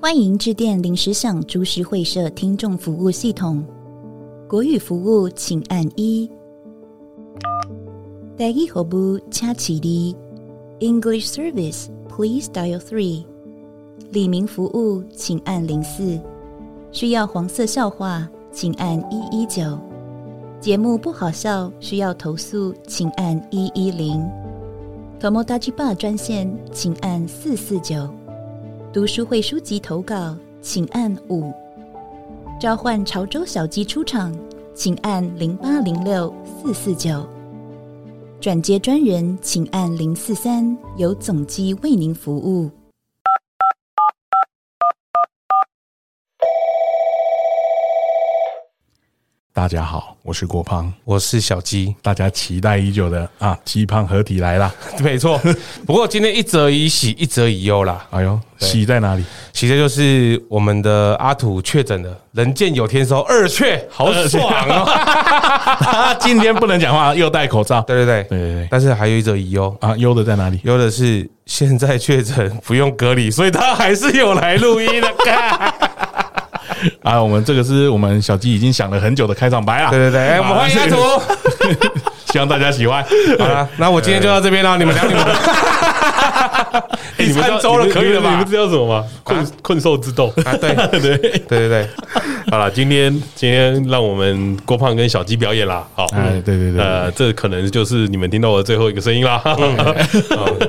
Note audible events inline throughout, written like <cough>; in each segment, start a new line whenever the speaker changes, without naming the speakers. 欢迎致电临时想株式会社听众服务系统，国语服务请按一，台语服务请起立，English service please dial three，李明服务请按零四，需要黄色笑话请按一一九，节目不好笑需要投诉请按一一零，Tomodachi Bar 专线请按四四九。读书会书籍投稿，请按五；召唤潮州小鸡出场，请按零八零六四四九；转接专人，请按零四三，由总机为您服务。
大家好，我是郭胖，
我是小鸡，
大家期待已久的啊，鸡胖合体来
<laughs>
啦！
没错。不过今天一则以喜，一则以忧啦。
哎呦，
对
喜在哪里？
喜的就是我们的阿土确诊了，人见有天收，二确好爽哦。 <laughs>
啊，今天不能讲话，又戴口罩。
对对对
对对对，
但是还有一则以忧，
啊，忧的在哪里？
忧的是现在确诊不用隔离，所以他还是有来录音
<laughs>
的。干
啊，我们这个是我们小鸡已经想了很久的开场白啦。
对对对，哎我们
啊
欢迎阿土。
希望大家喜
<laughs>
欢。
好啦，那我今天就到这边啦，你们聊你们的。
哎
第三周了，可以了
你
吧
们？知道什么吗？困困兽之斗。
啊，对对
<laughs> 对，
对对，
好了，今天今天让我们郭胖跟小鸡表演啦。好，
哎对对对
呃，这可能就是你们听到我的最后一个声音啦。 <laughs> 好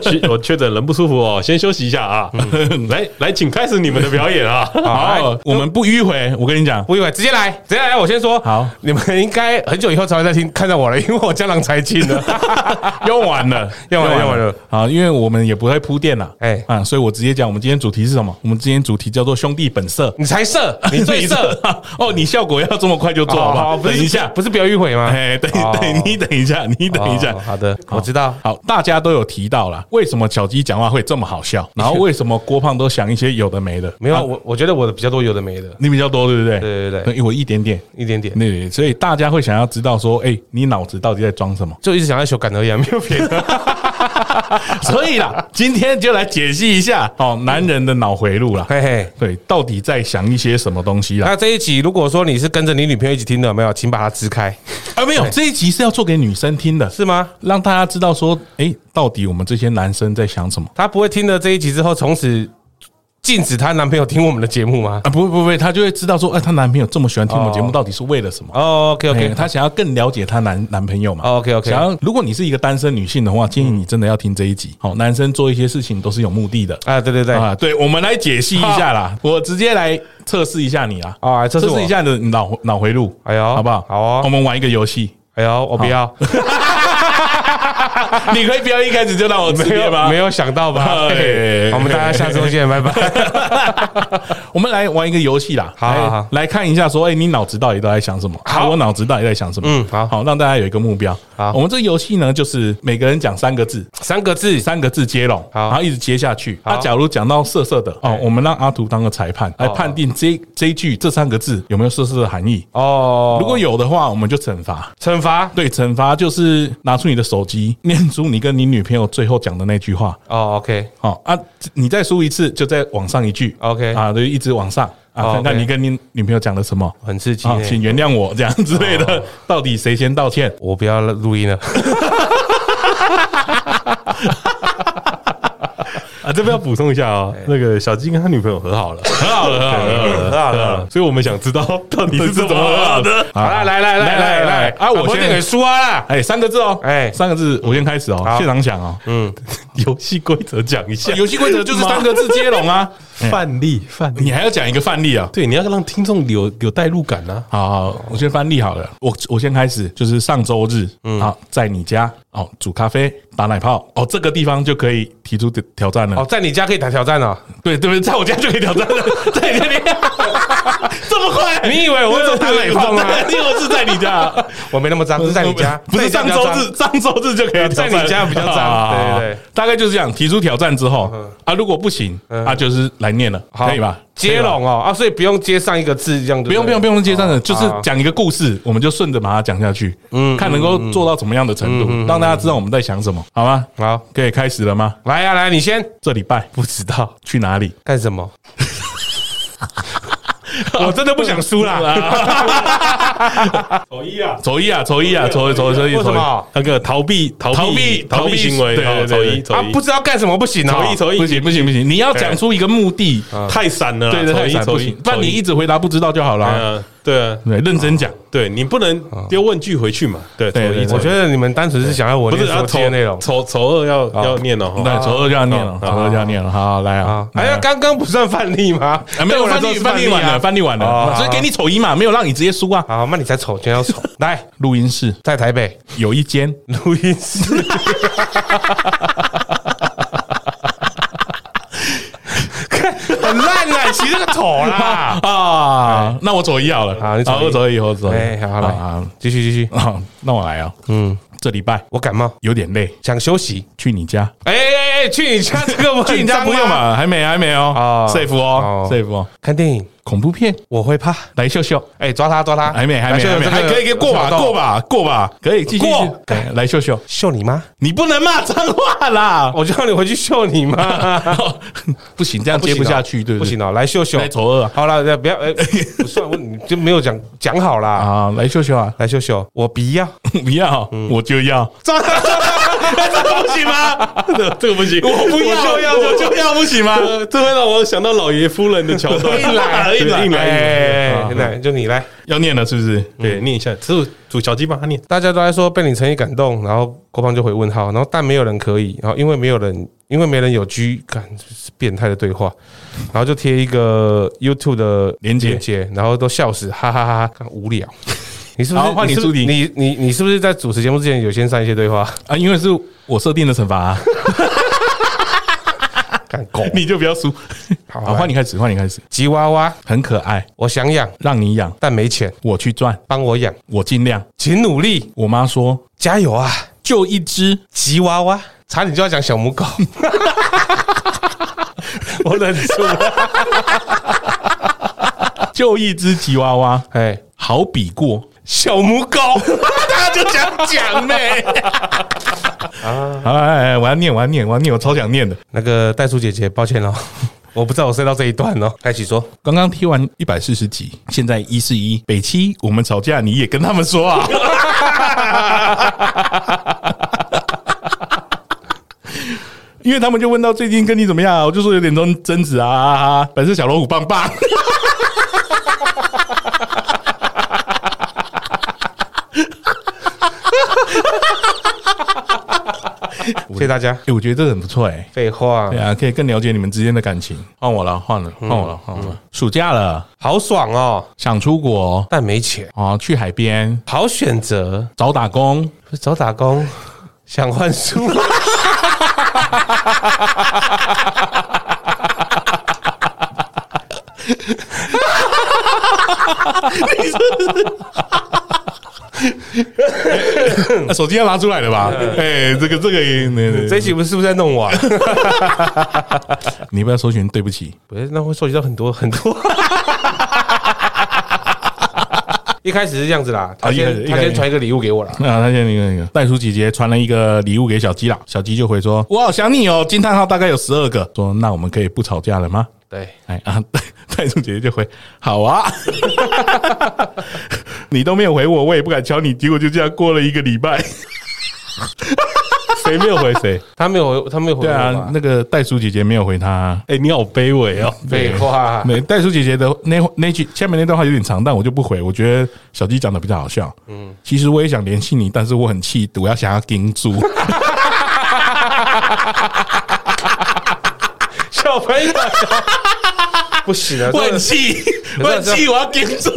确我确诊人不舒服哦，先休息一下啊。 <laughs> 来来，请开始你们的表演啊。
<laughs>
好
好，我们不迂回。我跟你
<laughs>
讲，
不意外，直接来，直接来，我先说。
好
你们应该很久以后才会再听看到我了，因为我江郎才尽了。
用完了，
用完了用完了。
啊，因为我们也不会铺垫啦。
哎
啊，所以我直接讲，我们今天主题是什么？我们今天主题叫做兄弟本色。
你才 <laughs> 色，你最色。
<laughs>
哦
哦，你效果要这么快就做好不好？
不是
等一下，
不是不要迂
<laughs>
回吗？
哎，等
哦
等，你等一下，你等一下
哦。好的， <laughs> 我知道。
好，大家都有提到啦，为什么小鸡讲话会这么好笑？然后为什么郭胖都想一些有的没的？
<laughs> 没有啊，
啊
我我觉得我的比较多，有的没的，
你比较多，对不对？
对对对
对，我一点点。
一点点，
对对，对所以大家会想要知道说，哎，你脑子到底在装什么？ <laughs>
就一直想要修感而已啊，没 <laughs> 有别的。
所以啦，今天就来解析一下哦，男人的脑回
<laughs>
路啦。
嘿嘿。
对，到底在想一些什么东西啦？
那这一集，如果说你是跟着你女朋友一起听的，有没有，请把它支 <laughs> 开，
啊，没有，这一集是要做给女生听的，
是吗？
让大家知道说，哎，到底我们这些男生在想什么
她不会听了这一集之后，从此禁止她男朋友听我们的节目吗？
啊？不会不会，她就会知道说，哎，她男朋友这么喜欢听我们节目，
哦
到底是为了什么？
<laughs> 哦，OK
哎
OK，
她想要更了解她男男朋友嘛
哦，OK，OK 嗯
想要，如果你是一个单身女性的话，建议你真的要听这一集。好，男生做一些事情都是有目的的
啊，对对对，
啊。对，我们来解析一下啦，我直接来测试一下你啦，
啊，这是
测
我
试一，下你的脑脑回路，
哎呦，
好不好？
好哦
我，们玩一个游戏，
哎呦，我不要，
你可以不要一开始就让我吃
<laughs> 没
瘪
有
吗
没？有想到吧？
哎
嘿我们大家下周见，拜 <laughs> 拜。
<laughs> 我们来玩一个游戏啦，
好
来
好好
来看一下，说，哎，你脑子到底都在想什么？
好
啊我脑子到底在想什么？
嗯好
好，让大家有一个目标。
好
我们这个游戏呢，就是每个人讲三个字，
三个字，
三个字接龙，
好
然后一直接下去。
好哎
那假如讲到色色的哦，我们让阿图当个裁判来
哦
判定这这一句这三个字有没有色色的含义。
哦，
如果有的话，我们就惩罚。
惩罚，
对，惩罚就是拿出你的手机，念出你跟你女朋友最后讲的那句话。
哦，OK，
好啊，你再输一次，就再往上一句。
OK
啊，就一直往上
哦
啊，看看
OK
你跟你女朋友讲了什么。
很刺激
啊
耶，，
请原谅我这样之类
哦
的，到底谁先道歉？
我不要录
<laughs>
音了，
啊，这边要补充一下哦，那个小鸡跟他女朋友和好了，和好 <laughs> 了，和好了，和好了。所以我们想知道到底是怎么和好的。
好啦，来来啊来来来
啊，我
不
先
念给输啊啦，
哎，三个字哦，
哎
哎，三个字，我先开始哦
好，
现场讲哦。
嗯，
<laughs> 游戏规则讲一下，
游戏规则就是三个字接龙
<laughs>
啊，
范例，范例。
你还要讲一个范例啊。
对，你要让听众有有代入感啊。
好好，我先翻例好了。我我先开始，就是上周日，
嗯
好，在你家哦，煮咖啡、打奶泡哦，这个地方就可以提出挑挑战
哦，
了。
在你家可以打挑战哦，
对对对，在我家就可以挑战了，
<laughs>
在你家 <laughs> 这么快？
你以为我会做打奶泡吗？
<laughs> 对因为我是在你家，
我没那么脏，是在你家，
不是
在
上
你家比较
周
脏
日，上周日就可以挑战
在你家比较脏
啊
对对对，
大概就是这样。提出挑战之后啊，如果不行啊，就是来念了，
嗯好
可以吧？可
接
以吧。
龙哦，啊，所以不用接上一个字这样子，
不用不用不用接上的，就是
好
讲一个故事，我们就顺着把它讲下去，嗯，看能够做到怎么样的程
嗯
度，让大家知道我们在想什么，好吗？
好，啊
可以开始了吗？
来呀来，你先
这礼拜
<laughs> 不知道
去哪里？
啊干什么？我真的不想 <laughs> 输啦。
统一啊，
走一啊，走一啊，走一走一走一
为什
走一。
么
那个逃避逃
逃避
逃避行为，
对对
哦
对
走
对
一
啊
走一，
不知道干什么不行啊？
走一走
不
一，
行不行不行，你要讲出一个目的，
啊太散了啦，
对对
走
对，
一
太
走
不
一
行，，不然
走
你一直回答不知道就好
对
哎
了。
啊，对啊，
对，认真讲，
对你不能丢问句回去嘛，对，走
对
一
对
走
啊我觉
一
得你们单纯是想要我
不
念
是
手
啊，
机
丑
的内容啊
丑丑二要要念哦，
那丑二就要念了，
好
丑二就要念了，好，来啊
啊！，哎呀，刚刚不算范例吗
啊，？没有
对我来
范
说
例，
是
范例晚
啊
了，范例晚
哦
了，所以给你丑一嘛，没有让你直接输啊。
啊，那你才丑，今天要
<laughs>
丑。来，
录音
<laughs>
室
在台北
有一间，
录音室，看很烂啊，起这个头啦！
<laughs> 啊，那我走一好了，
好你走一
我走一以后走一，
哎，好好来，
啊，
继续继续。
好那我来啊，
嗯，
这礼拜
我感冒，
有点累，
想休息。
去你家，
哎哎哎，去你家这个我
去你家不用
嘛？
嘛，还没还没
哦
哦，safe 哦
哦
，safe 哦，
看电影
恐怖片
我会怕。
来秀秀。
哎，抓他抓他！
还没，还没，
来秀
还没，
这个
还可以，可以过吧，
小洞
过吧，过吧，可以继续
过
继续对来秀秀，
秀你妈！
你不能骂脏话啦， <laughs>
我叫你回去秀你妈！
不行，这样
不
接
行
不
哦
下去，对
不
对？
行哦，来秀秀
来。丑恶啊
好了，不要，哎，不算，我你就没有讲讲好啦。
啊，来秀秀啊， <laughs>
来秀秀，我不要，
不要，
嗯
我就要，
抓他抓他！
这个不行吗？
<laughs> 这个不行，
我不要，
就要，
我
我就
就要，不行吗？
呃这会让我想到老爷夫人的桥段，
硬
<laughs>
来
硬来，硬来，
哎，来就你来。
要念了是不是？
嗯
对，念一下，只有煮小鸡帮他念，
大家都在说被你诚意感动，然后郭胖就回问号，然后但没有人可以，然后因为没有人，因为没人有 G 感，是变态的对话，然后就贴一个 YouTube 的
连结
接，然后都笑死，哈哈哈哈，干
<laughs>
无聊。你是不是
好换你
是不是
出题
你你你是不是在主持节目之前有先上一些对话？
啊，因为是我设定的惩罚啊，
干狗，
<laughs> 你就不要输。
好
好，
来
换你开始，换你开始，
吉娃娃，
很可爱，
我想养，
让你养，
但没钱，
我去赚，
帮我养，
我尽量。
请努力，
我妈说，
加油啊！
就一只，
吉娃娃，差点就要讲小
<laughs>
母狗， <laughs> 我忍住了。
<laughs> 就一只吉娃娃，
哎，
好比过，
小母狗，他就想
<laughs>
讲呗。
哎哎，哎我要念，我要念，我要念，我超想念的。
那个袋鼠姐姐，抱歉哦， <laughs> 我不知道我睡到这一段哦。开启说，
刚刚踢完一百四十集，现在一四一北七，我们吵架你也跟他们说啊。 <laughs> 因为他们就问到最近跟你怎么样啊，我就说有点争争执啊啊，啊啊本身小老虎棒棒。 <laughs> 哎
谢谢大家。
哎，我觉得这很不错哎、
废话
对，啊，可以更了解你们之间的感情。换我了，换了，换我了，换我
嗯
了。暑假了，
好爽哦，
想出国
但没钱。
啊，去海边
好选择，
找打工，
不是找打工，想换书。
啊手机要拿出来了吧？哎，这个这个也， <laughs> 对
嗯这一
对
期不是是不是在弄我
<laughs>
啊？
你不要搜寻，对不起。
不是，那会收集到很多很
<laughs>
多。一开始是这样子啦，他
啊一开
先
始
他
一开
先
始
传一个礼物给我啦。
啊，他现在那个那个袋鼠姐姐传了一个礼物给小鸡啦，小鸡就回说：“我好想你哦！”惊叹号大概有十二个，说：“那我们可以不吵架了吗
对，？”
哎啊， <laughs> 袋袋鼠姐姐就回：“好啊。” <laughs> 你都没有回我，我也不敢敲你，结果就这样过了一个礼
<laughs>
拜。
谁没有回谁？
他没有他没有回
对
<laughs> 我吧
啊，那个袋鼠姐姐没有回他。
哎，你好卑微哦，
废话，
没袋鼠姐姐的那那句下面那段话有点长，但我就不回。我觉得小鸡讲的比较好笑。嗯，其实我也想联系你，但是我很气，我要想要盯
<laughs>
住。
小朋
<laughs>
友不
<laughs>
行啊， <laughs> 这个
气，
我很气，
我要盯住。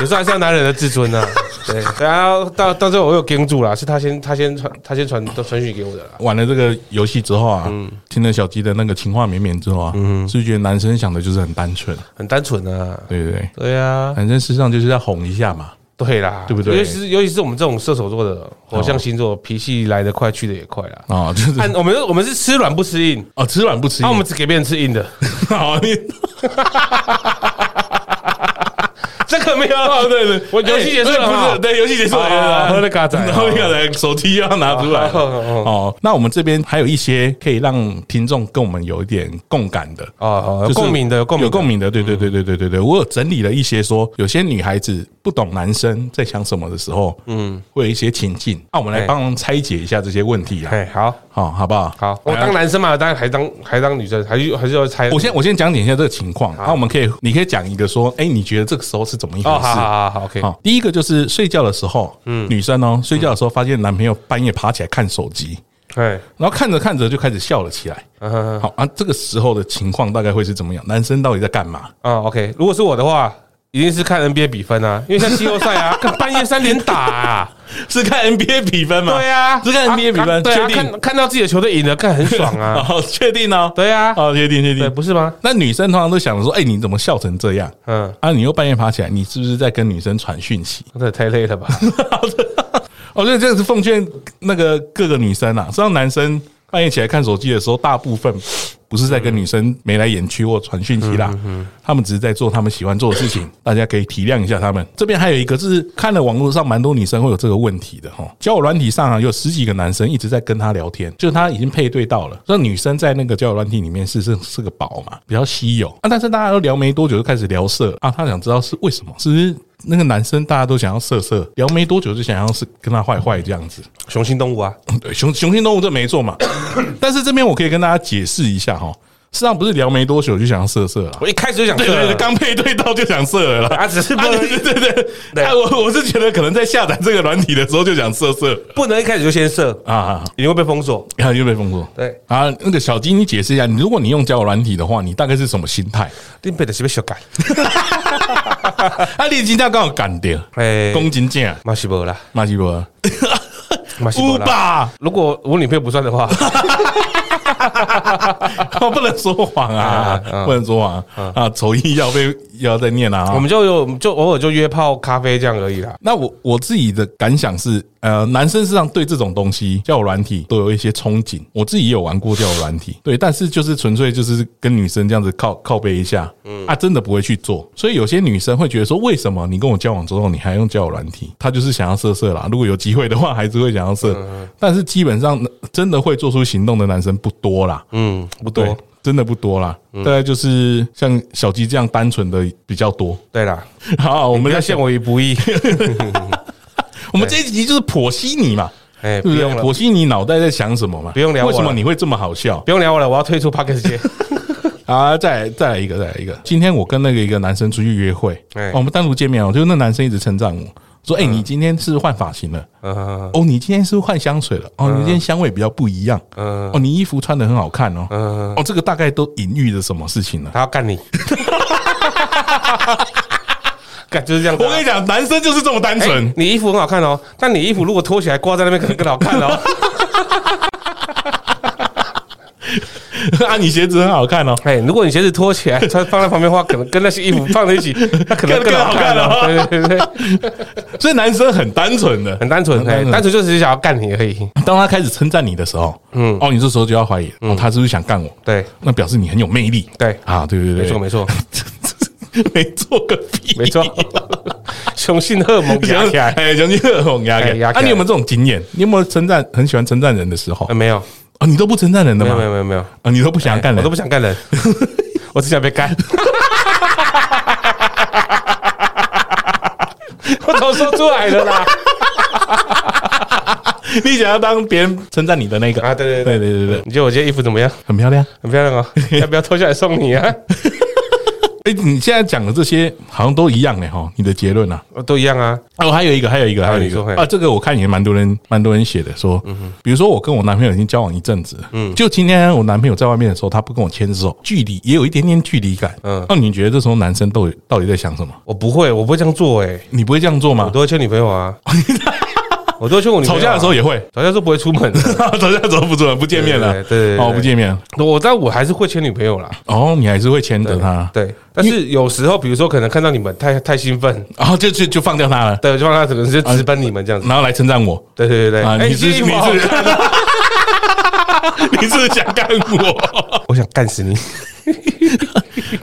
有时候还是要男人的自尊呐、对，然后到到最后我有盯住啦，是他先他先传他先传传讯给我的啦。
玩了这个游戏之后啊，
嗯
听了小鸡的那个情话绵绵之后啊，是不是觉得男生想的就是很单纯，
很单纯啊。
对不对？
对啊，
男生事实上就是要哄一下嘛，
对啦，
对不对
尤其是尤其是我们这种射手座的火象星座，脾气来得快，去得也快啦。
啊，就是
按我们我们是吃软不吃硬，
哦，吃软不吃硬哦
那、啊、
<laughs>
我们只给别人吃硬的，
好，你
这个课没有啊？
哦，对对，
我 <laughs> 游戏结束了啊
哎
嘛
不是，对，啊游戏结束
好好
了，
好喝了嘎仔
然后要来手机又要拿出来
好好好
哦。那我们这边还有一些可以让听众跟我们有一点共感的。
啊，好有
就是
共鸣的，有共鸣
有
的，嗯
共鸣的，对对对对对对对，我有整理了一些说，有些女孩子不懂男生在想什么的时候，嗯，会有一些情境，啊那、我们来
哎
帮忙拆解一下这些问题啊，
哎，好
好、好不好？
好，我
来啊
当男生嘛，当然还当还当女生，还是还是要猜。
我先我先讲解一下这个情况，啊那我们可以，你可以讲一个说，哎、你觉得这个时候是怎么一回
哦，好
事？
好好好，OK，
好，第一个就是睡觉的时候，嗯，女生哦，睡觉的时候发现男朋友半夜爬起来看手机，
哎，
然后看着看着就开始笑了起来。
嗯哼哼
好啊，这个时候的情况大概会是怎么样？男生到底在干嘛？ <laughs>
啊，OK，如果是我的话。一定是看 NBA 比分啊，因为像季后赛
<laughs>
啊，看半夜三点打啊，
是看 NBA 比分吗？
对啊，
是看 NBA 比
啊啊
分，
对啊，
确定？
看看到自己的球队赢了，看很爽啊，
<laughs> 哦，确定哦，
对啊，
哦，确定确
对，
定。
不是吗？
那女生通常都想着说，哎，你怎么笑成这样？
嗯，
啊，你又半夜爬起来，你是不是在跟女生传讯息？
这也太累了吧？
我觉得哦这个是奉劝那个各个女生啊，让男生半夜起来看手机的时候，大部分不是在跟女生眉来眼去或传讯息啦，他们只是在做他们喜欢做的事情，大家可以体谅一下他们。这边还有一个就是看了网络上蛮多女生会有这个问题的哈，交友软体上啊有十几个男生一直在跟她聊天，就是她已经配对到了，那女生在那个交友软体里面是是是个宝嘛，比较稀有啊，但是大家都聊没多久就开始聊色啊，她想知道是为什么，是不是？那个男生大家都想要色色，聊没多久就想要是跟他坏坏这样子。
<laughs> 雄性动物啊，
对，雄雄性动物这没错
<laughs>
嘛，但是这边我可以跟大家解释一下哈，事实上不是聊没多久就想要色色了。
我一开始就想
对
射
对对，
了，
刚配对到就想色了啦。
啊只是不
啊对对对对，
对
啊我我是觉得可能在下载这个软体的时候就想色色
不能一开始就先射，
啊啊，
一定会被封锁。
然后就被封锁。
对
啊，那个小金，你解释一下，你如果你用交友软体的话，你大概是什么心态？
你被的是被
<laughs>
修改，
啊，你今天刚好赶掉，
哎，
公斤价
马西伯啦，
马吉伯，
马西
乌啊
伯啦。
吧，
如果我女朋友不算
<laughs>
的话，
我 <laughs> 不能说谎啊
啊，啊
不能说谎啊啊！丑意要被要再念了
我
啊。
们就有就偶尔就约泡咖啡这样而已啦。
那我我自己的感想是，呃，男生实际上对这种东西交友软体都有一些憧憬。我自己也有玩过交友软体，对，但是就是纯粹就是跟女生这样子靠靠背一下，
嗯
啊，真的不会去做。所以有些女生会觉得说，为什么你跟我交往之后你还用交友软体？她就是想要色色啦。如果有机会的话，还是会想要
嗯
色，但是基本上真的会做出行动的男生不多啦。
嗯，不
对
多。，嗯
真的不多啦，大概就是像小鸡这样单纯的比较多。
对啦，
<laughs> 好，我
我
们
们要
在
陷
想，
我于不义。
<laughs> 我们这一集就是剖析你嘛，
哎，
对
不
不对
用？了，
剖析你脑袋在想什么嘛？
不用聊我
为
了
什么你会这么好笑
不用聊我了，我要退出 p o c
<laughs>
k e t 界。
啊？再来再来一个，再来一个。今天我跟那个一个男生出去约会，
哎
哦我们单独见面哦，就是那男生一直称赞我说：“哎，你今天是不是换发型了？
嗯
哦，你今天是不是换香水了？哦，你今天香味比较不一样。
嗯
哦，你衣服穿的很好看哦。
嗯，
哦，这个大概都隐喻着什么事情呢？”
他要干你。 <laughs> 干就是这样子
我
啊。
跟你讲，男生就是这么单
哎
纯。
你衣服很好看哦，但你衣服如果脱起来挂在那边，可能更好
<laughs>
看哦。
<laughs> 啊，你鞋子很好看哦。
哎，如果你鞋子脱起来，穿放在旁边的话，可能跟那些衣服放
<laughs>
在一起，那可能
更
更好看
更好看
哦。对对对，
<laughs> 所以男生很单纯的，
很单纯，哎单纯就是想要干你而已。
当他开始称赞你的时候，嗯，哦，你这时候就要怀疑，哦，他是不是想干我？
对
那表示你很有魅力。
嗯对，
啊，对对对，
没错没错
错， <laughs> 没错个屁，
没
<laughs>
错，雄性荷尔蒙
想。
加
<laughs>
起来。
哎，雄性荷尔蒙压
哎
起来。
压起
啊，
来
你有没有这种经验？你有没有称赞很喜欢称赞人的时候
呃，？没有，
啊，你都不称赞人的
没有，没
吗？
有，没有，没有，
啊，你都不想干
我
人
都不。想干人， <laughs> 我只想被干。 <laughs> 我早说出来了啦！
你想要当别人称赞你的那个
啊对对
对
对
对对对，
你觉得我今天衣服怎么样？
很漂亮。
很漂亮 <laughs> 哦，要不要脱下来送你啊？
哎，你现在讲的这些好像都一样嘞哈，你的结论啊。
哦都一样啊。
哦，还有一个，还有一个，还
啊
有一
你说
个
嘿
啊，这个我看也蛮多人，蛮多人写的说，
嗯
比如说我跟我男朋友已经交往一阵子，嗯，就今天我男朋友在外面的时候，他不跟我牵手，距离也有一点点距离感，嗯
嗯，
那你觉得这时候男生到底到底在想什么？
我不会，我不会这样做哎、
你不会这样做
我
吗？
都会劝女朋友 <laughs> 啊，我都会劝我女朋
吵
友啊、
架的时候也会， <laughs>
吵架的时候不会出 <laughs> 门的。
吵架的时候不出来，不见面了，
对对对对对
哦，不见面，
我但我还是会牵女朋友啦，
哦，你还是会牵着他，
对。但是有时候，比如说可能看到你们太太兴奋，
然哦后就就就放掉他了，
对，我就让她可能就直奔你们这样子。
然后来称赞我，
对对对对，
啊，
哎
你是
这
你是 <laughs>
衣服好好 <laughs> 看
你是不是想干我？
<laughs> 我想干死你。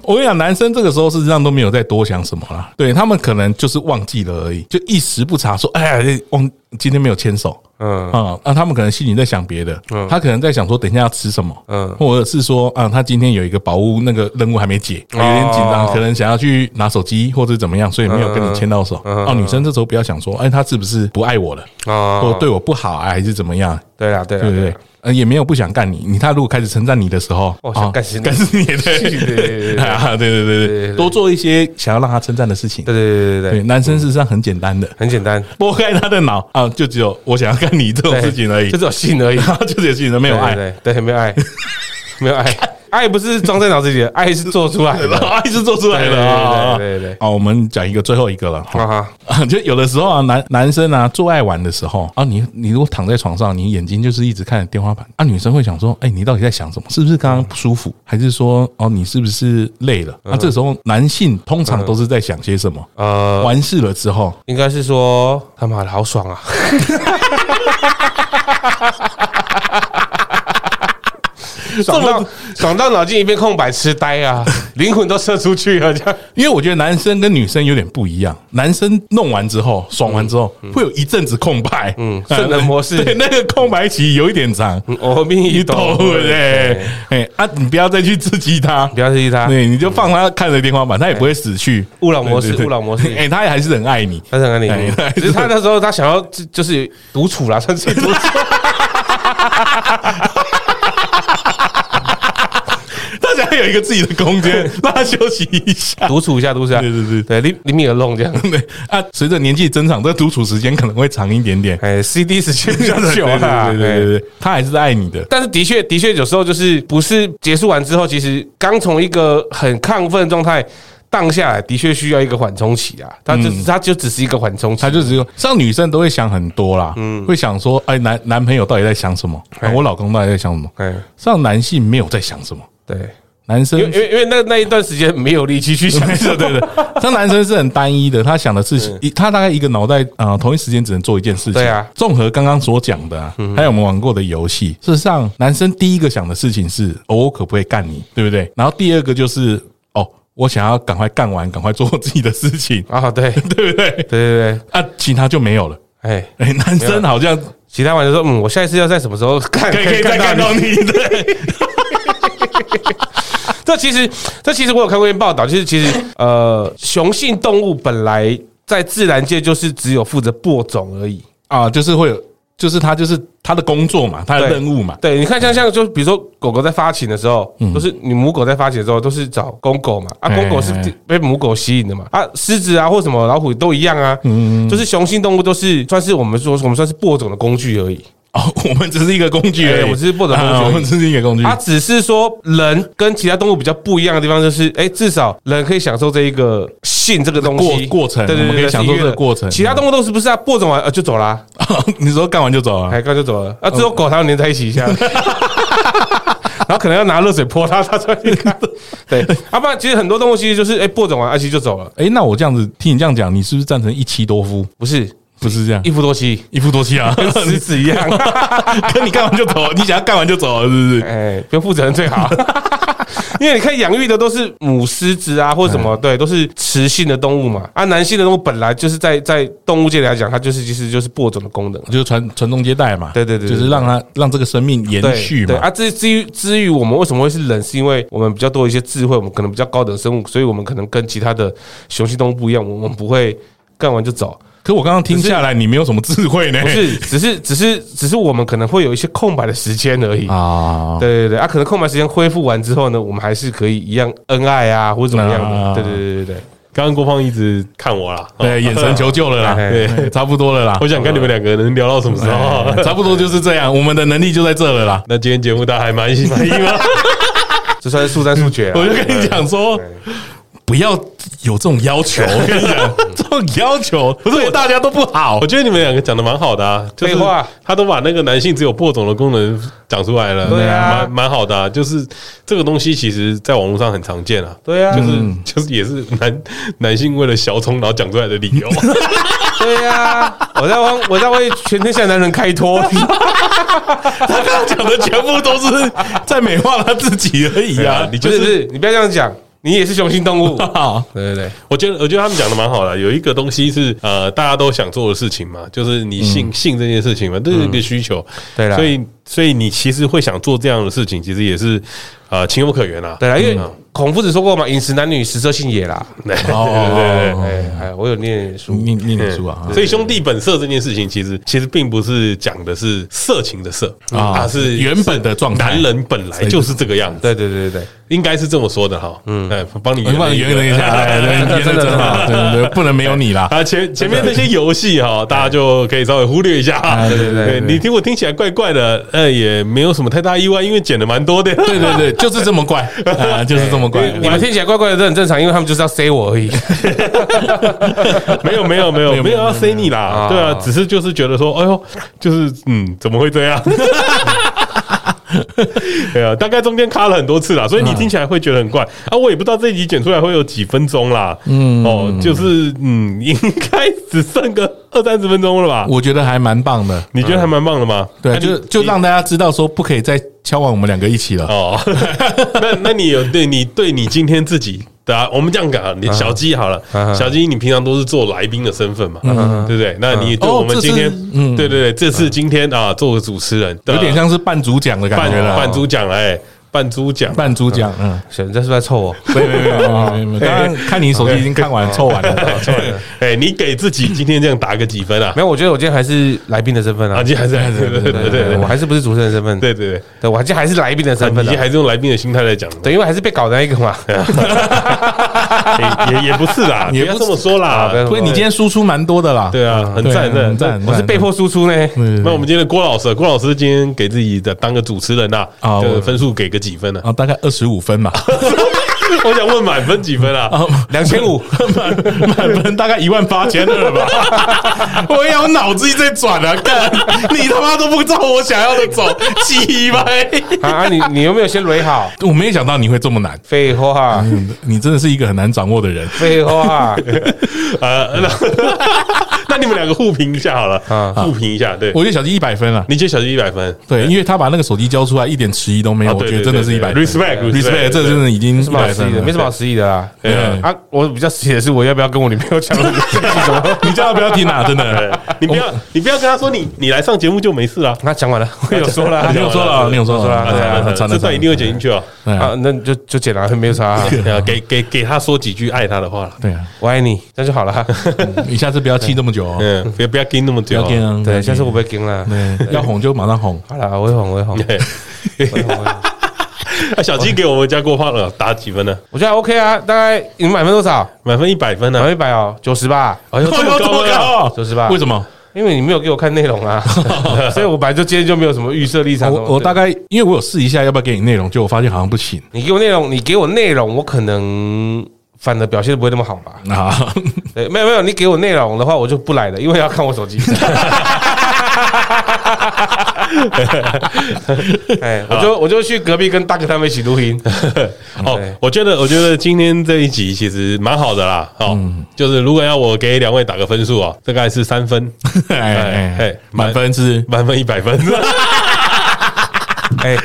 我跟你讲，男生这个时候事实上都没有再多想什么啦，对他们可能就是忘记了而已，就一时不察，说哎呀，忘今天没有牵手。
嗯
啊，那、他们可能心里在想别的，
嗯
他可能在想说等一下要吃什么，
嗯
或者是说啊，他今天有一个宝物那个任务还没解，有点紧张，
哦
可能想要去拿手机或者怎么样，所以没有跟你牵到手。
嗯嗯
哦，女生这时候不要想说，哎，他是不是不爱我了，
啊
或者对我不好啊，还是怎么样，
对啦对啦
对不对
啦？
呃，也没有不想干你，你他如果开始称赞你的时候，
哦
啊
想干死你
干死
<laughs>
你，对
对对对对
<laughs> 啊，对对对
对对
对，
对
多做一些想要让他称赞的事情。
对对对对
对，
对，
男生事实上很简单的， <laughs>
很简单，
拨开他的脑啊，就只有我想要干你这种
对
事情而已，
就只有性而已，
<laughs> 然后就这些事情都没
没
有爱，
对对，对没有爱，没有
<laughs>
爱，爱不是装在脑子里的，爱是做出来
然后
的，
爱是做出来的啊。
对对对对对
好，我们讲一个最后一个了哈。
哈哈，
啊， <laughs> 就有的时候啊，男男生啊做爱玩的时候啊，你你如果躺在床上，你眼睛就是一直看着天花板啊，女生会想说，哎、你到底在想什么？是不是刚刚不舒
嗯
服，还是说哦，你是不是累了？啊，这时候男性通常都是在想些什么？
呃，
完事了之后，
应该是说他妈的好爽
<laughs>
啊，爽到爽到脑筋一片空白，痴
<laughs>
呆啊，灵魂都射出去了，这样
因为我觉得男生跟女生有点不一样，男生弄完之后，爽完之后，会有一阵子空白，嗯
嗯圣人模式
对，那个空白期有一点长，
我命
一
一
抖
抖，
<laughs> 对，哎啊，你不要再去刺激他，
不要刺激他，
对，你就放他看着天花板，他也不会死去。
勿扰模式
对对对
勿扰模式
哎，他也还是很爱你。
他是很爱
哎
你，只是他那时候他想要就就是独处啦，算是独
<laughs>
处。
他想要有一个自己的空
<laughs>
间，让他休息一下。
独处一下，独处一下，
对对对
对，林林米尔弄这样，
对啊，随着年纪增长，这独处时间可能会长一点
<laughs>
点。
哎，CD 时间比较 <laughs> 久啦，
对对
哎
对对，他还是爱你的。
但是的确，的确有时候就是不是结束完之后，其实刚从一个很亢奋的状态荡下来，的确需要一个缓冲期啊。它就它就只是一个缓冲期，
他就只有像女生都会想很多啦，
嗯
会想说，哎，男男朋友到底在想什么？啊
哎
我老公到底在想什么？
哎，
像男性没有在想什么，
对，
男生
因为因为因为那那一段时间没有力气去想，
没 <laughs> 错，对对，嗯像男生是很单一的，他想的事情，一他大概一个脑袋啊、呃同一时间只能做一件事情。
对啊
综合刚刚所讲的、啊，还有我们玩过的游戏，事实上，男生第一个想的事情是，哦，我可不可以干你，对不对？然后第二个就是，哦，我想要赶快干完，赶快做我自己的事情，
<laughs>
<laughs>
啊，对对
对不对？
对对，
啊，其他就没有了。
哎，
哎，男生好像
其他玩家说，嗯，我下一次要在什么时候看
可以可以再看到你，对，
<laughs> 这其实，这其实我有看过一篇报道，就是其实呃，雄性动物本来在自然界就是只有负责播种而已。
啊，就是会有，就是他就是他的工作嘛，他的任务嘛，
对，你看像像就比如说狗狗在发情的时候，
嗯
都是你母狗在发情的时候都是找公狗嘛，啊，
哎
公狗是
哎
被母狗吸引的嘛，啊，狮子啊或什么老虎都一样啊，
嗯
就是雄性动物都是算是我们说我们算是播种的工具而已。
哦，我们只是一个工具而已，
哎我们只是不懂工具
啊我们只是一个工具
它只是说人跟其他动物比较不一样的地方，就是哎、至少人可以享受这一个性这个东西
过过程
对
我
对
们
对，
可以享受这个
是愉悦的
过程
其他动物都是不是啊？播种完呃就走啦，
<laughs> 你说干完就走啊？
哎，刚就走了，啊，只有狗它要粘在一起一下。 <laughs> 然后可能要拿热水泼它，它才会看。对，啊，不然其实很多动物其实就是，哎，播种完，啊，其实就走了，
哎，那我这样子听你这样讲，你是不是赞成一妻多夫？
不是
不是这样
一，夫多妻，
一夫多妻啊， <laughs>
跟狮子一样。 <laughs>
跟你干完就走，你想要干完就走，是不是？
哎，不用负责任最好。 <laughs> 因为你看养育的都是母狮子啊，或什么，对，都是雌性的动物嘛。啊，男性的动物本来就是在在动物界来讲，它就是其实就是播种的功能。
就是传传宗接代嘛，
对对对对
就是让他让这个生命延
对
续
对
嘛
啊，。至至于至于我们为什么会是人，是因为我们比较多一些智慧，我们可能比较高等生物，所以我们可能跟其他的雄性动物不一样，我们不会干完就走，
可我刚刚听下来，你没有什么智慧呢 <laughs>
不是，只是只是只是我们可能会有一些空白的时间而已。
啊。
对对对，啊，可能空白时间恢复完之后呢，我们还是可以一样恩爱啊，或者怎么样
啊
的。对对对对对，
刚刚郭胖一直看我啦，
对，眼神求救了啦，
哎哦
对，差不多了啦
我，想看你们两个能聊到什么时
<laughs>
候。
哎差不多就是这样，我们的能力就在这了啦。
那今天节目大家还满意满意吗？
这算是速战速决
<laughs>
啊。
我就跟你讲说，不要有这种要求，我跟你讲，这种要求不是对大家都不好
我。觉得你们两个讲的蛮好的啊，就是
废话
他都把那个男性只有播种的功能讲出来了，
对啊
蛮蛮好的啊。就是这个东西其实在网络上很常见啊，
对啊，
嗯
就是就是也是男男性为了小丑然后讲出来的理由。
对啊，我在帮我在为全天下男人开脱。
<laughs> 讲的全部都是在美化他自己而已
对
啊
啊，！你
不
就是
不
是
是，你不要这样讲。你也是雄性动物。
好，
对对对，
我觉得我觉得他们讲的蛮好的，啊有一个东西是呃大家都想做的事情嘛，就是你性、
嗯
性这件事情嘛，这是一个需求。
对啦
所以所以你其实会想做这样的事情，其实也是呃情有可原啦。
对啦，因为
嗯
孔夫子说过嘛，饮食男女，食色性也啦。
对对对
哦
对。
哎哎，我有念书，
念念点
对
书啊，
所以兄弟本色这件事情，其实其实并不是讲的是色情的色
啊
它是
原本的状态
男人本来就是这个样子，
对对对对对，
应该是这么说的哈。嗯，哎，帮你
我帮你圆了一下，哎对，你真的真好，对对对，不能没有
<laughs>
你啦。
啊，前前面那些游戏哈，大家就可以稍微忽略一下。
对
对对对
你听我听起来怪怪的，呃，也没有什么太大意外，因为剪的蛮多的。
对对对，就是这么怪啊，就是这么怪。
你们听起来怪怪的，这很正常，因为他们就是要塞我而已。
没有没有没
没
有
有
没有要 say 你啦
啊，
对啊，只是就是觉得说，哎呦，就是嗯，怎么会这样？ <laughs> 对啊，大概中间卡了很多次啦，所以你听起来会觉得很怪啊。我也不知道这一集剪出来会有几分钟啦，嗯，哦，就是嗯， <laughs> 应该只剩个二三十分钟了吧？
我觉得还蛮棒的，
你觉得还蛮棒的吗？
嗯对，
啊
就
你
就
你
让大家知道说不可以再敲完我们两个一起了。
哦， <laughs> 那那你有对你对你今天自己的、啊，我们这样讲啊，你小鸡好了，
啊
小鸡你平常都是做来宾的身份嘛，对不对？那你对
哦
我们今
这
天
次，嗯
对对对，这次今天啊，做个主持人，
有点像是半主讲的感
半
觉了，
半主讲了，哎，半主讲。
半主讲，嗯，
行，这是不是在臭我？
没有没有没有没有没有，刚刚看你手机已经看完凑完了，
哎，你给自己今天这样打个几分啊
没？有，我觉得我今天还是来宾的身份
啊，
啊。
你还是还是对对对对对
我还是不是主持人的身份，
对对对，
对，我还是还是来宾的
那
身
你
份
今
啊
天，还是用来宾的心态在讲，
对，因为还是被搞的那一个嘛。
哎也也不是啦，
也
不要
不
这么说啦
不，要
所以你今天输出蛮多的啦，
对啊，很赞
对很
很赞。
赞，
<laughs> 我是被迫输出呢。
对。
那我们今天的郭老师，郭老师今天给自己的当个主持人呐、
啊
啊，
我
就分数给个几分呢、啊？ <laughs>
啊，大概二十五分吧，
我想问满分几分啊？
两千五，
满满分大概一万八千二吧。 <laughs> 我也有脑子一直在转啊，干你他妈都不照我想要的走，鸡掰！
啊啊，你你有没有先垒好？
我没有想到你会这么难，
废话，
嗯你真的是一个很难掌握的人。
废话，
呃，那那 <laughs> 你们两个互评一下好了，
啊
互评一下。对，
我觉得小鸡一百分啊了，
你觉得小鸡一百分？
对，因为他把那个手机交出来一点迟疑都没有，
啊
我
对
觉得
对
真的
对
是一
对
百
respect，
respect，
respect，
这哎真的已经
没什
一
么好
百
质
分
疑的，
了，
没什么好质疑的啦。
对啊
对
啊，我比较质疑的是我要不要跟我女朋友 <laughs> 讲，
<laughs> 你叫他不要听啊，真 <laughs> 的。
对你不要，你不要跟他说你你来上节目就没事啊。
那讲完了，我有说了啊
你有说了，你有说
说了
了，
对啊
啊
这段一定会剪进去哦。
对啊
啊，，那就就剪了， <laughs> 没有
<laughs>
啥啊，
对啊，给给给他说几句爱他的话了。
对啊，
我爱你，这样就好了啊。
你下次不要气这么久哦，
嗯，不要不要跟那么
不
久
要啊
哦。
这样。
对，下次我不会跟了。
对 <laughs> 要哄就马上哄，
好了，我会哄，我会哄，
对，
我会哄我会哄。
啊小鸡给我们家郭胖了打几分呢？
我觉得还 OK 啊，大概你们满分多少？
满分一百分
满
呢？
分一百哦，九十吧，
哎呦，这么高
<laughs>
啊！
哦
<laughs> 九十吧
为。什么？
因为你没有给我看内
<laughs>
容啊，所以我本来就今天就没有什么预设立场。
我我大
概
概因为我有试一下要不要给你内容，结果我发现好像不行 <laughs>
你给我内容，你给我内容，我可能反而表现的不会那么好吧？
啊。
对，没有没有，你给我内容的话，我就不来了，因为要看我手机。 <laughs> 哎，我就我就去隔壁跟大哥他们一起录音。
哦
对，
我觉得，我觉得今天这一集其实蛮好的啦。哦，就是如果要我给两位打个分数啊，大概是三分， <laughs>
哎哎哎
哎，
满分是
满分一百分。 <laughs>
哎，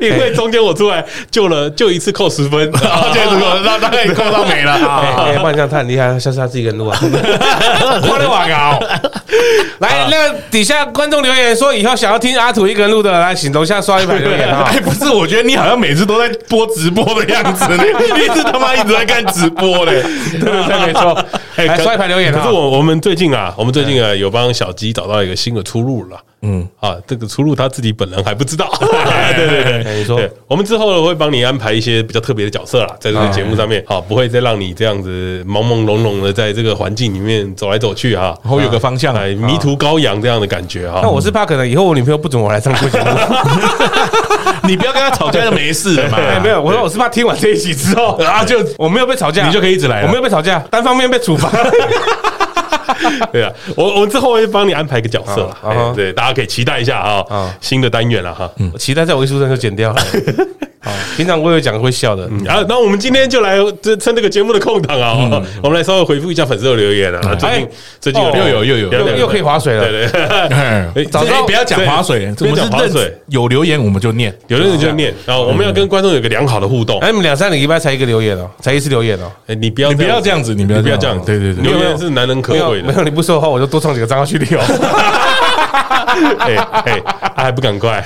因为中间我出来救了，就一次扣十分，啊然
<laughs>
后这样子
哦那大概扣到没了 <laughs>
哎，
啊。
哎不然这样他很厉害，下次他自己一个人 <laughs> 录啊。快点网
啊
搞。来，那个底下观众留言说，以后想要听阿土一个人录的，来请楼下刷一百留言 <laughs> 啊
哎，。不是，我觉得你好像每次都在播直播的样 <laughs> 子呢，一直他妈一直在看直播嘞。
对对，没错。
哎
来
可
刷一排留言啊
可是我我们最近
嗯
啊，我们最近啊有帮小鸡找到一个新的出路了。嗯啊，这个出路他自己本人还不
<laughs>
知道。对对对
哎
对，
你说
对我们之后会帮你安排一些比较特别的角色啦，在这个节目上面，
哎
好，不会再让你这样子朦朦胧胧的在这个环境里面走来走去啊，
然后有个方向，
哎，迷途羔羊这样的感觉啊。
那我是怕可能以后我女朋友不准我来上过节目。
你不要跟他吵架就没事了嘛。
哎， <laughs> 没有，我说我是怕听完这一集之后 <laughs> 啊，就我没有被吵架，
你就可以一直来了
我没有被吵架，单方面被处罚。
<laughs> 对啊，我我之后会帮你安排一个角色啦，
啊啊哈
哎对，大家可以期待一下啊
啊，
新的单元了哈。
我期待在我艺术生就剪掉了。好，平常我有讲会笑的，
然嗯后，那我们今天就来这趁这个节目的空档啊，
嗯
哦我们来稍微回复一下粉丝的留言啊。最近最近
哦
哎又有又有
又又可以划水了。
对对，
哎
早知道
哎不要讲
对
划水，
不要
我们
讲
是嗯
划
认
水
真有留言我们就念，
有的人就念，然后我们要跟观众有个良好的互动。
哎，你们两三个礼拜才一个留言哦，才一次留言哦。
哎，你不要
你不要这样子你不要
不要
这
这
样
样，
对对对
留言是难能可
没有
贵
没
的。
有，你不说的话，我就多创几个账号去留。
<laughs>
哎哎，啊还不赶快！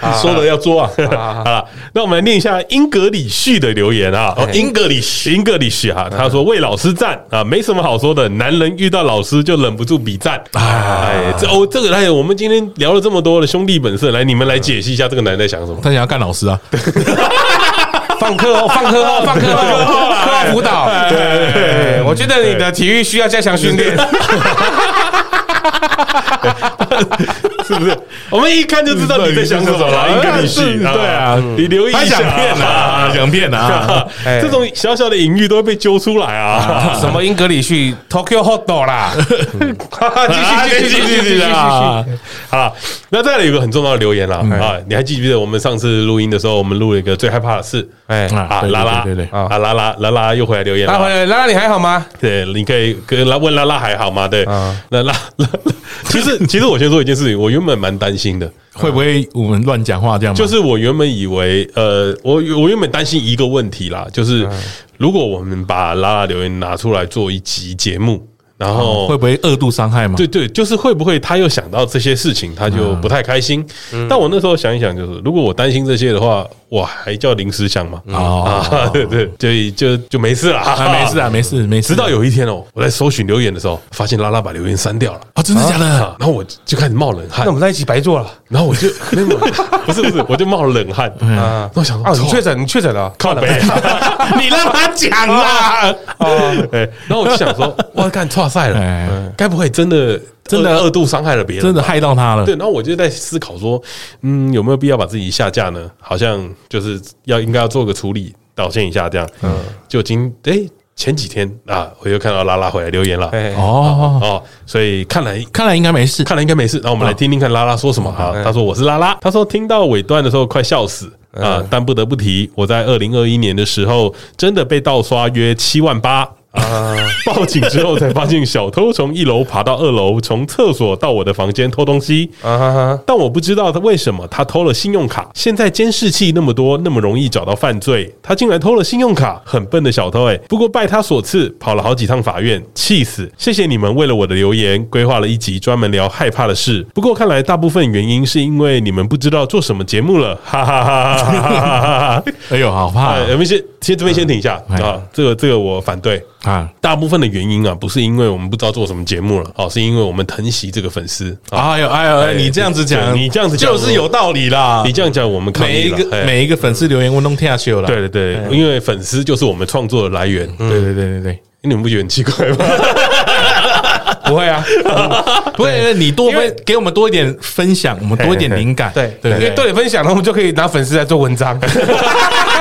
哎
说了要做啊。
<laughs> 好了，那我们来念一下英格里旭的留言啊。
哎
哦，英格里旭，英格里旭哈，他说为老师赞啊，没什么好说的，男人遇到老师就忍不住比赞。
啊
哎，这哦，这个来，我们今天聊了这么多的兄弟本色，来，你们来解析一下这个男人在想什么。
他想要干老师啊，
放课哦，放课哦，放课哦，课后辅导。对对，我觉得你的体育需要加强训练。
是不是？我们一看就知道你在想什么了，英格里旭，
是对啊，
你留意
他
一下
想骗啊，想骗啊，
哎
这种小小的隐喻都会被揪出来啊。
什么英格里去 Tokyo Hot Dog 啦？
<laughs>
<laughs> 继
啊
续继续继续继续继续。
啊好了，那再来有一个很重要的留言啦
嗯
啊！你还记不记得我们上次录音的时候，我们录了一个最害怕的事？
哎，
啊，
对
拉拉，
对对对
对
啊，拉拉，拉拉又回来留言
拉回来，
了。
拉拉你还好吗？
对，你可以跟拉问拉拉还好吗？对
啊，
那拉 <laughs> 拉，其实其实我先说一件事情，我原本蛮担心
嗯
的，
<laughs> 会不会我们乱讲话这样吗？
就是我原本以为，呃，我我原本担心一个问题啦，就是
嗯
如果我们把拉拉留言拿出来做一集节目，然后
啊
会不会恶度伤害嘛？
对对，就是会不会他又想到这些事情，他就
嗯
不太开心。但我那时候想一想，就是如果我担心这些的话，我还叫临时想嘛？
哦
啊， <laughs> 对对，就就就没事了，
啊，没事。啊，没事没事。
直到有一天哦，我在搜寻留言的时候，发现拉拉把留言删掉了。
啊，真的假的？
啊，然后我就开始冒冷汗
那我，们在一起白做了
然后我就没
<laughs>
有没有不是不是，我就冒冷汗。
嗯
啊！
那我想
哦，
说
你
操
确诊，你确诊了，
靠北， <laughs>
你让他讲啦。
哎，然后我就
<laughs>
想说，哇，干错赛
哦哎
了，嗯该不会真的
真的
恶恶度伤害了别人
<laughs>
吧？
真的害到他了。
<laughs> 对，然后我就在思考说，嗯，有没有必要把自己下架呢？好像就是要应该要做个处理，道歉一下这样。嗯，就今哎、前几天啊，我又看到拉拉回来留言了。
哎，
哦，
哦，所以看来
看来应该没事。
看来应该没事。那我们来听听看拉拉说什么啊？他说我是拉拉，他说听到尾段的时候快笑死啊！但不得不提，我在二零二一年的时候真的被盗刷约七万八。啊！报警之后才发现，小偷从一楼爬到二楼，从厕所到我的房间偷东西。
啊哈哈，
但我不知道他为什么他偷了信用卡。现在监视器那么多，那么容易找到犯罪，他竟然偷了信用卡，很笨的小偷哎、不过拜他所赐，跑了好几趟法院，气死！谢谢你们为了我的留言，规划了一集专门聊害怕的事。不过看来大部分原因是因为你们不知道做什么节目了， <laughs> 哈哈哈哈哈哈哈哈！
哎呦，好怕
哎，我们先先这边先停一下
哎
啊，这个这个我反对。
啊！
大部分的原因啊，不是因为我们不知道做什么节目了，哦，是因为我们疼惜这个粉丝啊，
哎呦哎呦，哎你这样子讲，
对你这样子讲
就是有道理啦。
你这样讲，我们抗
每
议
一
了
个
哎
每一哎个粉丝留言我弄听下去了啦。
对对对，因为粉丝就是我们创作的来源，
对对对对对，
你们不觉得很奇怪吗？ <laughs>
不会啊，
不会你多分给我们多一点分享，我们多一点灵感。
对哎
对
因为
对
多点分享，然后我们就可以拿粉丝来做文
<laughs>
章。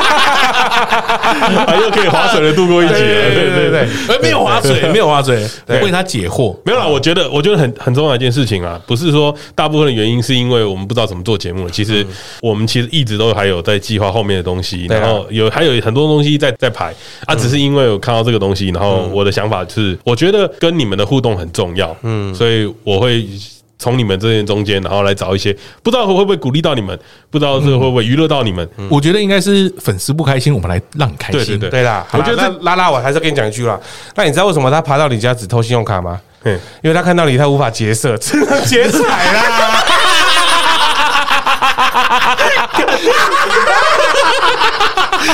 啊，又可以划水的度过一集了，
对
对对
对
对
对。
哎，没有划水，没有划水，
对
为他解惑。
没有啦，我觉得我觉得很很重要的一件事情啊，不是说大部分的原因是因为我们不知道怎么做节目，其实我们其实一直都还有在计划后面的东西，
对啊嗯
然后有还有很多东西在在排啊，只是因为我看到这个东西，然后我的想法是，我觉得跟你们的互动很重要，嗯，所以我会。从你们这些中间，然后来找一些不知道会不会鼓励到你们，不知道
嗯
这会不会娱乐到你们，
我觉得应该是粉丝不开心，我们来让你开心。
嗯对对对
对啦，
我
我觉
觉得
得拉拉，我还是跟你讲一句啦。那你知道为什么他爬到你家只偷信用卡吗？
嗯
因为他看到你，他无法劫色， <laughs> 只能劫财啦。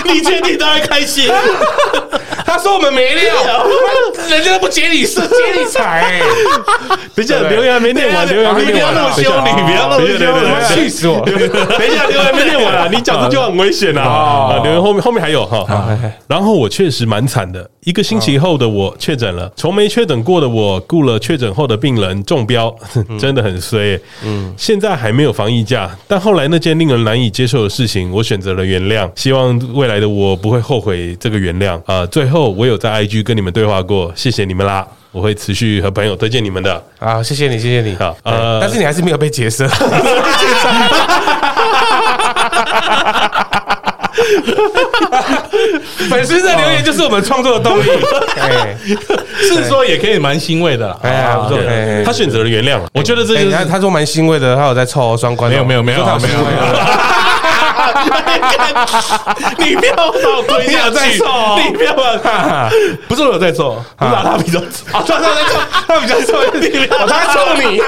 你确定他会开心？
<laughs> 他说我们没料， <laughs> 人家都不劫你色，劫你财、
<laughs> 等一下
对
留言还没念完，留言还没念完啊，
不要那么
等
凶你
一下
不要那么
等一
凶
下等
我
一下等一下
气死我
<laughs> 等一下留言还没
<laughs>
念完啊，你讲这就很危险啊！
哦
啊，留言后面后面还有哈。然后我确实蛮惨的，一个星期后的我确诊了，从没确诊过的我雇了确诊后的病人中标， <laughs> 真的很衰欸。嗯，现在还没有防疫假，但后来那件令人难以接受的事情，我选择了原谅，希望未来的我不会后悔这个原谅啊。最后我有在 IG 跟你们对话过，谢谢你们啦。我会持续和朋友推荐你们的。
啊，谢谢你，谢谢你。
好
对
呃
但是你还是没有被劫色。粉丝的留言就是我们创作的动力。哎，
是说也可以蛮欣慰的啦。
哎还不错哎哎
他选择了原谅了，我觉得这
哎
就
他
是
他说蛮欣慰的，他有在凑双关哦。
没有没有没有
你说他欣慰
没有没
的
<laughs> 你不要把我推下
你有在
去
瘦哦，
你不要把，
不是我有在做，不是啊他比较
啊，他他他比较 <laughs> 臭，你不要他臭你。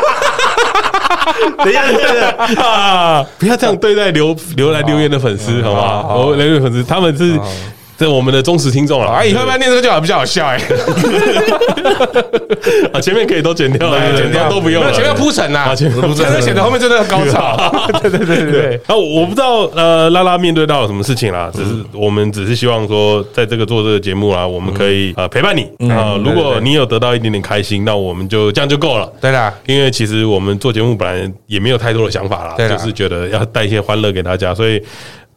等一下，等一下啊！不要这样对待留留来留言的粉丝，好不好？我留言粉丝他们是这我们的忠实听众了。
啊，以后要不要念这个就好，比较好笑哎。
啊，前面可以都剪掉了，对不对
剪掉
都不用
没
了，
有前面要铺陈
啊
呐，
前面铺陈
这显得后面真的很高潮。对对对对对。
<laughs> 啊，我我不知道呃，拉拉面对到了什么事情啦，只
嗯
是我们只是希望说，在这个做这个节目啦，我们可
嗯
以呃陪伴你啊。如果你有得到一点点开心，那我们就这样就够了。
对啦，
因为其实我们做节目本来也没有太多的想法啦，
对啦
就是觉得要带一些欢乐给大家，所以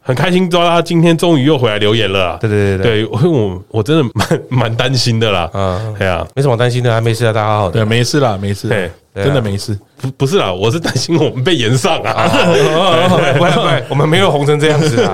很开心抓他今天终于又回来留言了啊。
对对对对
对， <laughs> 我我我真的蛮蛮担心的啦。
嗯
对啊，
没什么担心的，还没事啊，大家好好的。
对，没事啦，没事
对，
对啊
真的没事。
不不是啦，我是担心我们被延上啊。
<laughs> 哦不会不会， <laughs> 我们没有红成这样子 <laughs> 啊。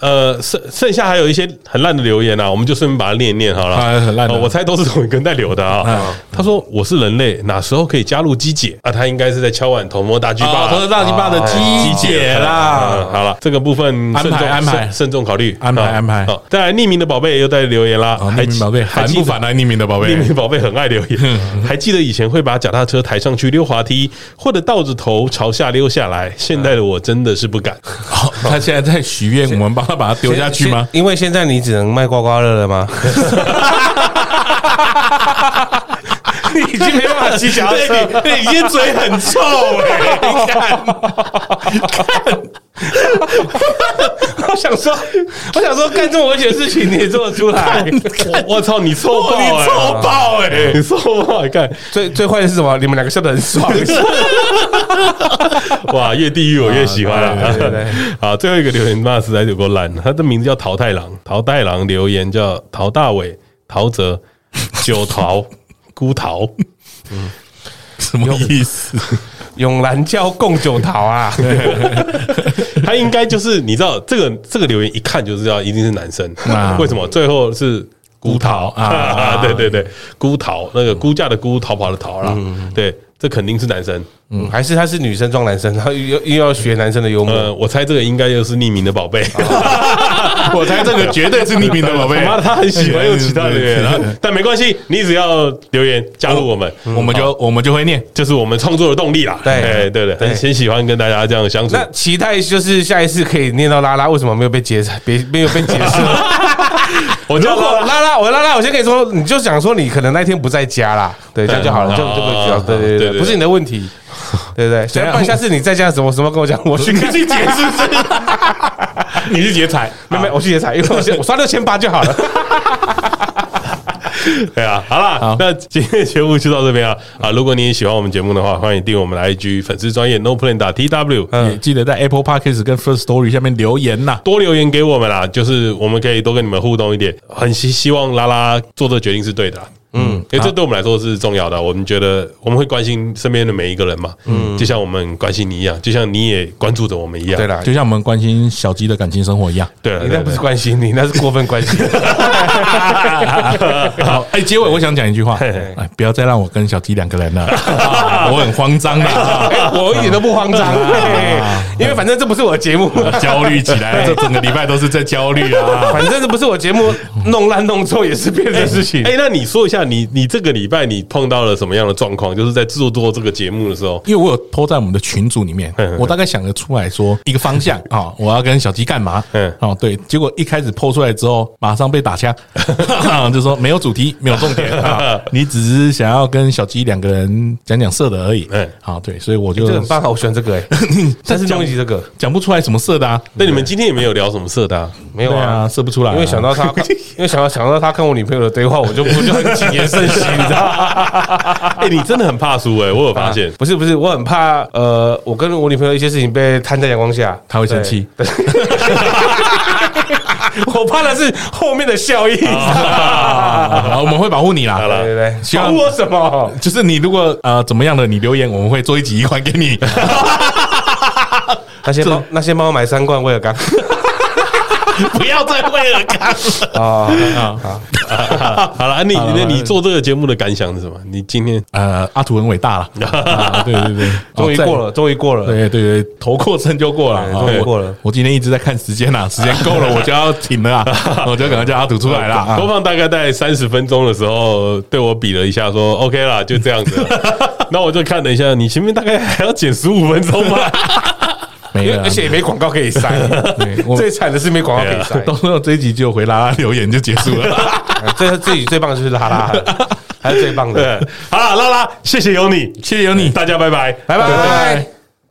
呃，剩剩下还有一些很烂的留言啊，我们就顺便把它念一念好了。
啊很烂的
哦我猜都是同一个人在留的啊
啊。
他说我是人类，哪时候可以加入机姐啊？他应该是在敲碗头摸大巨
啊，
霸
头是。大鸡巴的
哎
鸡姐
嗯
啦，
好了，这个部分
安排
慎重
安排
慎慎重考虑，
安排
啊
安排
好，再来匿名的宝贝又在留言啦，
啊，匿名宝贝
还
烦
记
不嗯
得
烦啊？匿名的宝贝
匿，名宝贝很爱留言，还记得以前会把脚踏车抬上去溜滑梯，或者倒着头朝下溜下来。现在的我真的是
<laughs>
不敢。
好哦他现在在许愿，我们帮他把它丢下去吗？
因为现在你只能卖刮刮乐了吗？你 <laughs> 已经没办法骑脚踏车 <laughs> 了，
你今天嘴很臭
欸
哎、你看，
我想说，我想说，干这么危险的事情你也做得出来？
我我操，你臭爆、欸，
你臭
爆哎、你臭爆、欸，看，
最最坏的是什么？你们两个笑得很 <laughs> 爽，
哇，越地狱我越喜欢了、
啊对对对
<laughs> 好，最后一个留言，那实在有够烂的，他的名字叫桃太郎，桃太郎留言叫陶大伟、陶泽、九桃、 <laughs> 孤桃。
什么意
<laughs>
思？
永兰教共九桃 <laughs> 啊！
他应该就是你知道这个这个留言一看就知道一定是男生，
啊
为什么？最后是
孤桃 <laughs> 啊
啊， <laughs> 对对对，孤逃那个估价的孤，逃跑的逃啦，对，这肯定是男生。
嗯，还是他是女生装男生，然后又又要学男生的幽默。
呃，我猜这个应该又是匿名的宝贝，
我猜这个绝对是匿名的宝贝
他 <laughs> 妈的他很喜欢用其他留言，然后但没关系，你只要留言加入我们，
我们就我们就会念。
就是我们创作的动力啦。
哦对
哎对的，很
对
很喜欢跟大家这样相处
那。期待就是下一次可以念到拉拉，为什么没有被解别没有被解释？ <laughs>
我
如
叫
果
拉
拉
<laughs> 拉
拉，我拉拉，我先跟你说，你就想说你可能那天不在家啦，对，这样就好了，
嗯
就就比较
啊
对对对
对对
对，不是你的问题，对不对？所以不然下次你在家什么什么跟我讲，我去
你去解释这个，你去劫财，
没没，我去也彩，因为我先我刷六千八就好了。
对啊，好啦，那今天的节目就到这边啊啊！如果你也喜欢我们节目的话，欢迎订阅我们的 IG 粉丝专业 No Plan 打 T W，
也记得在 Apple Podcast 跟 First Story 下面留言呐。
多留言给我们啦，就是我们可以多跟你们互动一点。很希希望拉拉做这个决定是对的啦，嗯，因为这对我们来说是重要的。我们觉得我们会关心身边的每一个人嘛，嗯，就像我们关心你一样，就像你也关注着我们一样。
对啦，
就像我们关心小鸡的感情生活一样。
对啊，
你
对
那
啊
不是关心你，那是过分关心。
<laughs> 好，哎，结尾我想讲一句话，
嘿
哎，不要再让我跟小鸡两个人 <laughs> 了，啊我很慌张啊的，
哎我一点都不慌张，哎因为反正这不是我的节目，
焦虑起来，这整个礼拜都是在焦虑啊。
反正这不是我节目，弄烂弄臭也是别人的事情
哎、。那你说一下你，你这个礼拜你碰到了什么样的状况？就是在制作做这个节目的时候，
嗯
因为我有偷在我们的群组里面
嗯，
我大概想得出来说一个方 <laughs> 向啊，我要跟小鸡干嘛
嗯？
哦，对，结果一开始剖出来之后，马上被打 <laughs> 枪，哦就说没有主题，没有重 <laughs> 点啊，你只是想要跟小鸡两个人讲讲色的而已
嗯。
好，对，所以我就
这个很棒啊，我喜欢这个哎，但是弄一集这个
讲不出来什么色的啊，
那你们今天也没有聊什么色的、啊，
没有
对
啊
啊，。射不出来啊，
因为想到他，因为想到想到他跟我女朋友的对话，我就我就很谨言慎行，你知道吗？
哎、你真的很怕输
<laughs>
哎、我有
啊
发现。
不是不是，我很怕呃，我跟我女朋友一些事情被摊在阳光下，
他会生气。
<laughs> 我怕的是后面的效益，
啊，我们会保护你啦。
好
对
啦
对对，
希
保
望
护我什么？
就是你如果呃怎么样的，你留言我们会做一集还给你。 <laughs> <laughs>
那先帮那先帮我买三罐威尔刚，
不要再为了看了。
啊， <laughs>
好了，你那你做这个节目的感想是什么？你今天
呃，阿土很伟
<laughs>
大了，啊对对
<laughs>
对，
终于过了，终于过
哦。在对
了，
对对，头过身就过了，
对
啊
终于
我
过了
我今天一直在看时间啊
<laughs>
啦，时间够了，我就要停了啊，我就赶快叫阿土出来啦。
<laughs>
啊
播放大概在三十分钟的时候，对我比了一下，说 OK 啦，就这样子了。 <laughs> 那我就看了一下，你前面大概还要剪十五分钟吧？
没了，
而且也没广告可以塞
对，我
最惨的是没广告可以塞。
到时候这一集就回拉拉留言就结束了。
啊最自己最棒的就是拉拉了，还是最棒
对
的，，
好了，拉拉，谢谢有你，
谢谢有你，
大家拜拜，
拜拜。